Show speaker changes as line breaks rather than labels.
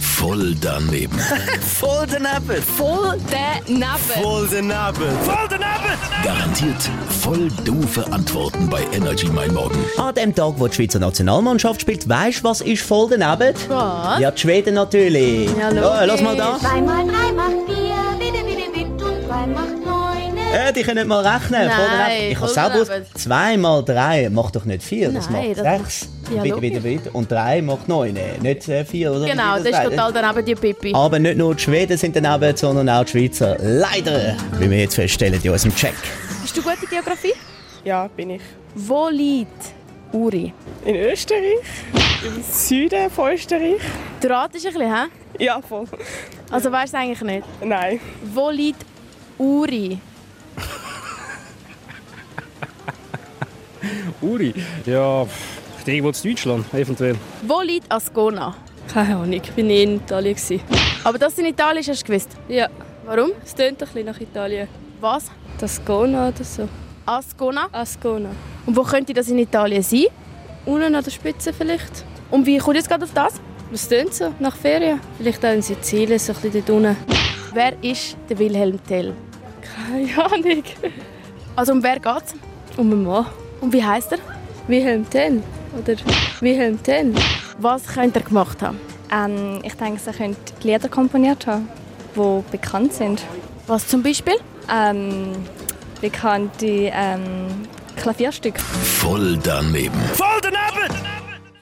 Voll daneben.
Voll daneben.
Voll daneben.
Voll daneben. Voll daneben.
Garantiert voll doofe Antworten bei Energy Mein Morgen.
An dem Tag, wo die Schweizer Nationalmannschaft spielt, weißt du, was ist voll daneben?
Was?
Ja, die Schweden natürlich.
Ja,
ja, lass mal da.
logisch.
Zwei mal drei macht vier, bitte, bitte, bitte und zwei macht neun.
Äh, die können nicht mal rechnen.
Nein,
voll daneben. Ich habe
voll
selber
daneben.
gewusst, zwei mal drei macht doch nicht vier, das
Nein,
macht
das
sechs.
macht- ja,
Bitte, bitte, bitte. Und drei macht neun, nicht äh, vier, oder?
Genau, das
Wie
ist
sagt.
total daneben, die Pippi.
Aber nicht nur die Schweden sind daneben, sondern auch die Schweizer. Leider, wie wir jetzt feststellen in unserem Check.
Bist du gut in Geografie?
Ja, bin ich.
Wo liegt Uri?
In Österreich, im Süden von Österreich.
Der Rat ist ein bisschen, hä?
Ja, voll.
Also weißt du eigentlich nicht.
Nein.
Wo liegt Uri?
Uri? Ja, pff, ich denke wohl zu Deutschland, eventuell.
Wo liegt Ascona?
Keine Ahnung, ich war nie in Italien. gewesen.
Aber das in Italien ist, hast du gewusst.
Ja,
Warum?
es tönt ein bisschen nach Italien.
Was?
Toscana oder so.
Ascona.
Ascona.
Und wo könnte das in Italien sein?
Unten an der Spitze vielleicht.
Und wie kommt jetzt gerade auf das?
Was tönt so? Nach Ferien? Vielleicht auch in Sizilien, so ein bisschen dort unten.
Wer ist der Wilhelm Tell?
Keine Ahnung.
Also um wer geht's?
Und mein Mann?
Und wie heißt er?
Wilhelm Tell. Oder Wilhelm Tell.
Was könnte er gemacht haben?
Ähm, ich denke, sie können die Lieder komponiert haben, die bekannt sind.
Was zum Beispiel?
Ähm, bekannte ähm, Klavierstücke.
Voll daneben. Voll